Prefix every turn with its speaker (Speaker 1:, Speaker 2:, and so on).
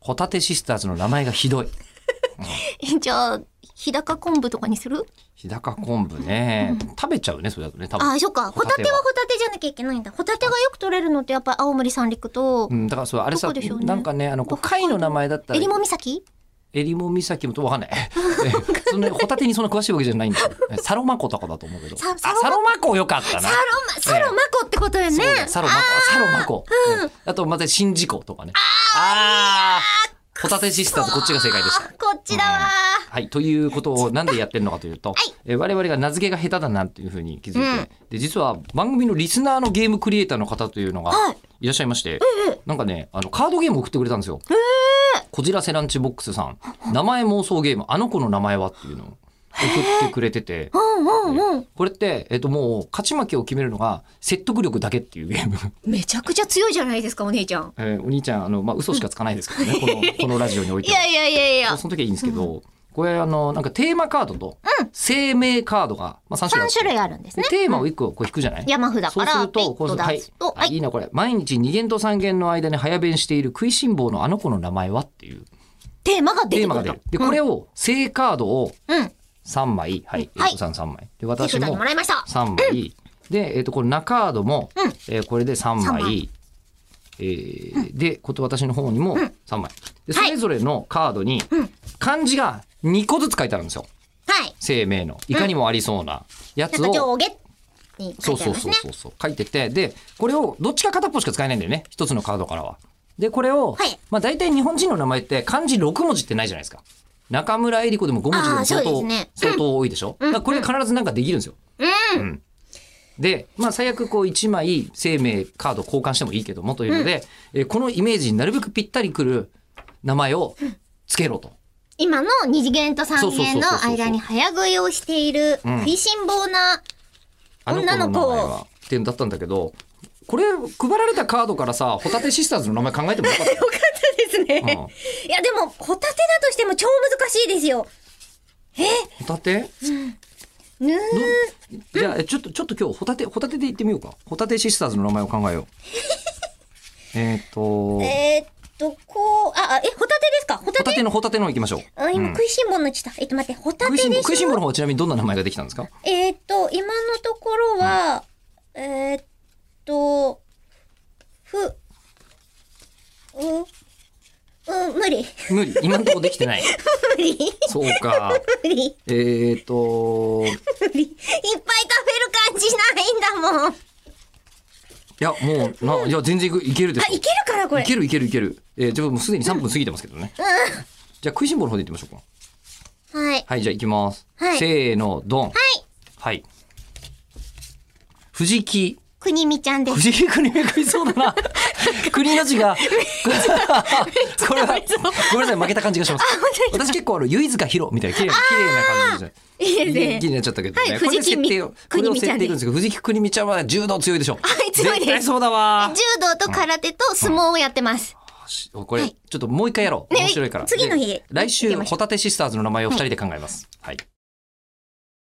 Speaker 1: ホタテシスターズの名前がひどい。
Speaker 2: えじゃあ、日高昆布とかにする
Speaker 1: 日高昆布ね、食べちゃうね、それだとね、多分。
Speaker 2: ああ、そっか。ホタテはホタテじゃなきゃいけないんだ。ホタテがよく取れるのってやっぱ青森三陸と
Speaker 1: う、ん、だからそう、あれさ、
Speaker 2: どこでしょうね
Speaker 1: なんかね、あの、こう貝の名前だったら
Speaker 2: えり、も岬
Speaker 1: えりも岬もとわかん ない。えそのねホタテにそんな詳しいわけじゃないんだよ。サロマ湖とかだと思うけど。
Speaker 2: サ
Speaker 1: あ
Speaker 2: サロマ湖
Speaker 1: サロマ湖よかったな
Speaker 2: サロ。マ、サロマ湖ってことよね。
Speaker 1: そうだサロマ湖、サロマ湖。うんあと、また宍道湖とかね。ああホタテシスターズ、こっちが正解でした。
Speaker 2: こっちだわ
Speaker 1: はい、ということをなんでやってるのかというと、え我々が名付けが下手だなというふうに気づいて、
Speaker 2: うん
Speaker 1: で実は番組のリスナーのゲームクリエイターの方というのが
Speaker 2: はい
Speaker 1: いらっしゃいまして、なんかねあのカードゲームを送ってくれたんですよ。こじらせランチボックスさん名前妄想ゲームあの子の名前はっていうのを送ってくれてて。
Speaker 2: うんうんうん。
Speaker 1: これって、えっと、もう勝ち負けを決めるのが説得力だけっていうゲーム、
Speaker 2: めちゃくちゃ強いじゃないですか、お姉ちゃん。
Speaker 1: えーお兄ちゃんあの、まあ、嘘しかつかないですけどね、このこのラジオにおい
Speaker 2: い
Speaker 1: ては
Speaker 2: やいやいやいや。
Speaker 1: その時はいいんですけど、これあのなんかテーマカードと生命カードが、まあ、3種類あ
Speaker 2: 三
Speaker 1: って
Speaker 2: 種類あるんですね。
Speaker 1: テーマを1個こう引くじゃない、
Speaker 2: 山札
Speaker 1: そう
Speaker 2: か
Speaker 1: す
Speaker 2: ら
Speaker 1: る
Speaker 2: ピ
Speaker 1: と、こ
Speaker 2: ッ
Speaker 1: うする
Speaker 2: と出
Speaker 1: と、はい
Speaker 2: すと、、
Speaker 1: あ
Speaker 2: はいい。
Speaker 1: いな、これ。毎日2弦と3弦の間に早弁している食いしん坊のあの子の名前はっていう
Speaker 2: テーマが
Speaker 1: テ
Speaker 2: 出て
Speaker 1: ーマ
Speaker 2: く
Speaker 1: が
Speaker 2: る
Speaker 1: 出る。。で、
Speaker 2: と
Speaker 1: これを、正カードを
Speaker 2: うん。うん。
Speaker 1: 3枚、はい、
Speaker 2: はい
Speaker 1: エイトさん3枚。で、
Speaker 2: 手
Speaker 1: 私
Speaker 2: 札に
Speaker 1: も
Speaker 2: もらいました。
Speaker 1: 3枚。で、えっと、この中カードも
Speaker 2: うん、
Speaker 1: えーこれで3
Speaker 2: 三
Speaker 1: 枚
Speaker 2: 枚。
Speaker 1: えーで、こと私の方にも3枚。で、そ
Speaker 2: はい
Speaker 1: れぞれのカードに
Speaker 2: うん、
Speaker 1: 漢字が2個ずつ書いてあるんですよ。
Speaker 2: はい。
Speaker 1: 生命の。いかにもありそうなや
Speaker 2: な
Speaker 1: つ
Speaker 2: んか
Speaker 1: を。
Speaker 2: 上下に書
Speaker 1: そそう
Speaker 2: いうてあります
Speaker 1: そう
Speaker 2: ね。
Speaker 1: そうそう書いててでこれをどっちか片っぽしか使えないんだよね一つのカードからは。でこれを、
Speaker 2: はい
Speaker 1: まあ大体日本人の名前って漢字6文字ってないじゃないですか。中村江里子でも5文字で
Speaker 2: あ
Speaker 1: も
Speaker 2: ーそ
Speaker 1: 相
Speaker 2: うで
Speaker 1: 当,、
Speaker 2: すね
Speaker 1: 相当多いでしょ、だからこれ必ずなんかできるんですよ。うんで、まあ、最悪こう1枚生命カード交換してもいいけどもというので、えーこのイメージになるべくぴったりくる名前をつけろと。
Speaker 2: 今の二次元と三次元の間に早食いをしている
Speaker 1: ん
Speaker 2: 食いしん坊な、
Speaker 1: あの子の名前
Speaker 2: 女の
Speaker 1: はっていうのだったんだけどこれ配られたカードからさホタテシスターズの名前考えてもよかったよ
Speaker 2: よかったですね。いや、でも、ホタテだとしても超難しいですよ。
Speaker 1: ホタテ
Speaker 2: ぬー
Speaker 1: どじゃあえちょっとちょっと今日ホタテホタテで言ってみようかホタテシスターズの名前を考え ようえーっと、
Speaker 2: えー、っと、こう、あ、あえ、ホタテですかホタ
Speaker 1: ホ
Speaker 2: テ
Speaker 1: タテのホタテの方行きましょう
Speaker 2: あ
Speaker 1: う
Speaker 2: 今、
Speaker 1: ん
Speaker 2: 食いしん坊のちた。えっと、待って、ホタ
Speaker 1: 食い
Speaker 2: テで
Speaker 1: しん坊
Speaker 2: し
Speaker 1: 食いしん
Speaker 2: ょ
Speaker 1: 坊の方はちなみにどんな名前ができたんですか
Speaker 2: えー、っと、今のところは、えー、っと、ふ、う、うん、無理。
Speaker 1: 無理今んとこできてない
Speaker 2: 無理。
Speaker 1: そうか
Speaker 2: 無理。
Speaker 1: えーっとい
Speaker 2: 無理。いっぱい食べる感じないんだもん。あ、
Speaker 1: やもうないや全然いくいけるでしょ
Speaker 2: いけるからこれ。
Speaker 1: いけるいけるいけるえー、じゃあもうすでに3分過ぎてますけどね、じゃあ食いしん坊の方で行ってみましょうか
Speaker 2: はい。
Speaker 1: はい、じゃあ行きます。
Speaker 2: はい
Speaker 1: せーの、ドン。はい。はい。藤木。
Speaker 2: くにみちゃんです。
Speaker 1: 藤木国め食いそうだ な。国の字が。これは、ごめんなさい、負けた感じがします。私結構あの、ゆいずかひろみたいな、綺麗な、綺麗な感じで。
Speaker 2: いいです
Speaker 1: 綺
Speaker 2: ね
Speaker 1: 麗。になっちゃったけどね。
Speaker 2: はい
Speaker 1: これで
Speaker 2: 藤木
Speaker 1: 設定を、これを
Speaker 2: 国見
Speaker 1: 設
Speaker 2: ちゃん
Speaker 1: 定いくんですけど、藤木国見ちゃんは柔道強いでしょ。
Speaker 2: い強いです
Speaker 1: 絶対そうだわ
Speaker 2: 柔。道と空手と相撲をやってます。
Speaker 1: しこれ、ちょっともう一回やろう。
Speaker 2: ね
Speaker 1: 面白いから。
Speaker 2: 次の日
Speaker 1: で来週、ホタテシスターズの名前を二人で考えます。はい